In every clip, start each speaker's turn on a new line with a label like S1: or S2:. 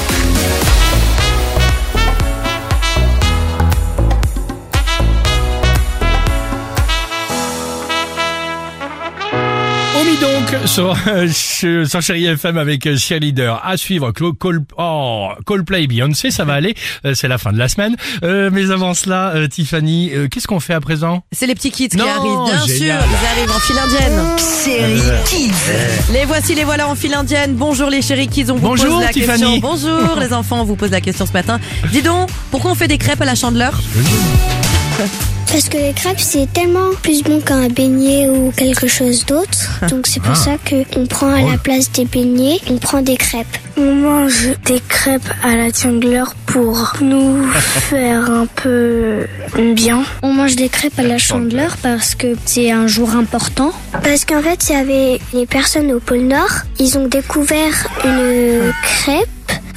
S1: On mit donc sur, euh, ch- sur Chéri FM avec euh, Cheerleader. À suivre, Clo- Col- oh, Coldplay, Beyoncé, ça va aller. Euh, c'est la fin de la semaine. Euh, mais avant cela, euh, Tiffany, euh, qu'est-ce qu'on fait à présent
S2: C'est les petits kids
S1: Non,
S2: qui arrivent, bien
S1: génial.
S2: sûr. Ils arrivent en file indienne.
S3: Chérie Kids.
S2: Les voici, les voilà en file indienne. Bonjour les chéris kids, on vous
S1: Bonjour,
S2: pose la
S1: Tiffany.
S2: question. Bonjour les enfants, on vous pose la question ce matin. Dis donc, pourquoi on fait des crêpes à la chandeleur
S1: Eh
S4: Parce que les crêpes, c'est tellement plus bon qu'un beignet ou quelque chose d'autre. Donc c'est pour ça que on prend à la place des beignets, on prend des crêpes. On mange des crêpes à la Tiangler pour nous faire un peu bien. On mange des crêpes à la Chandeleur parce que c'est un jour important. Parce qu'en fait, c'est avec les personnes au pôle Nord, ils ont découvert une crêpe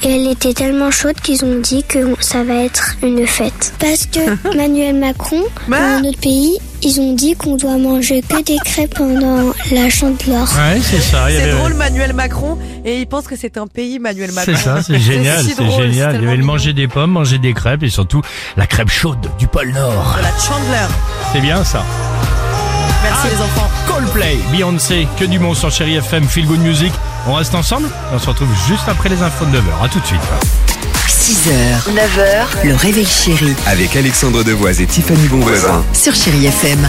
S4: et elle était tellement chaude qu'ils ont dit que ça va être une fête. Parce que Emmanuel Macron,
S2: Ah.
S4: dans notre pays, ils ont dit qu'on doit manger que des crêpes pendant la chandeleur.
S1: Ouais, c'est ça.
S2: C'est drôle, Manuel Macron. Et il pense que c'est un pays, Manuel Macron.
S1: ben C'est ça, c'est génial,
S2: si
S1: c'est
S2: drôle,
S1: génial.
S2: c'est
S1: Il y
S2: tellement
S1: avait le
S2: mignon.
S1: manger des pommes, manger des crêpes et surtout la crêpe chaude du pôle Nord.
S2: De la chandeleur.
S1: C'est bien ça.
S2: Merci
S1: Ah.
S2: les enfants.
S1: Coldplay, Beyoncé, que du bon sur Chéri FM, Feel Good Music. On reste ensemble On se retrouve juste après les infos de 9h. À tout de suite.
S3: 6h, 9h, le réveil chéri
S5: Avec Alexandre Devoise et Tiffany Bonvoisin.
S3: sur Chérie FM.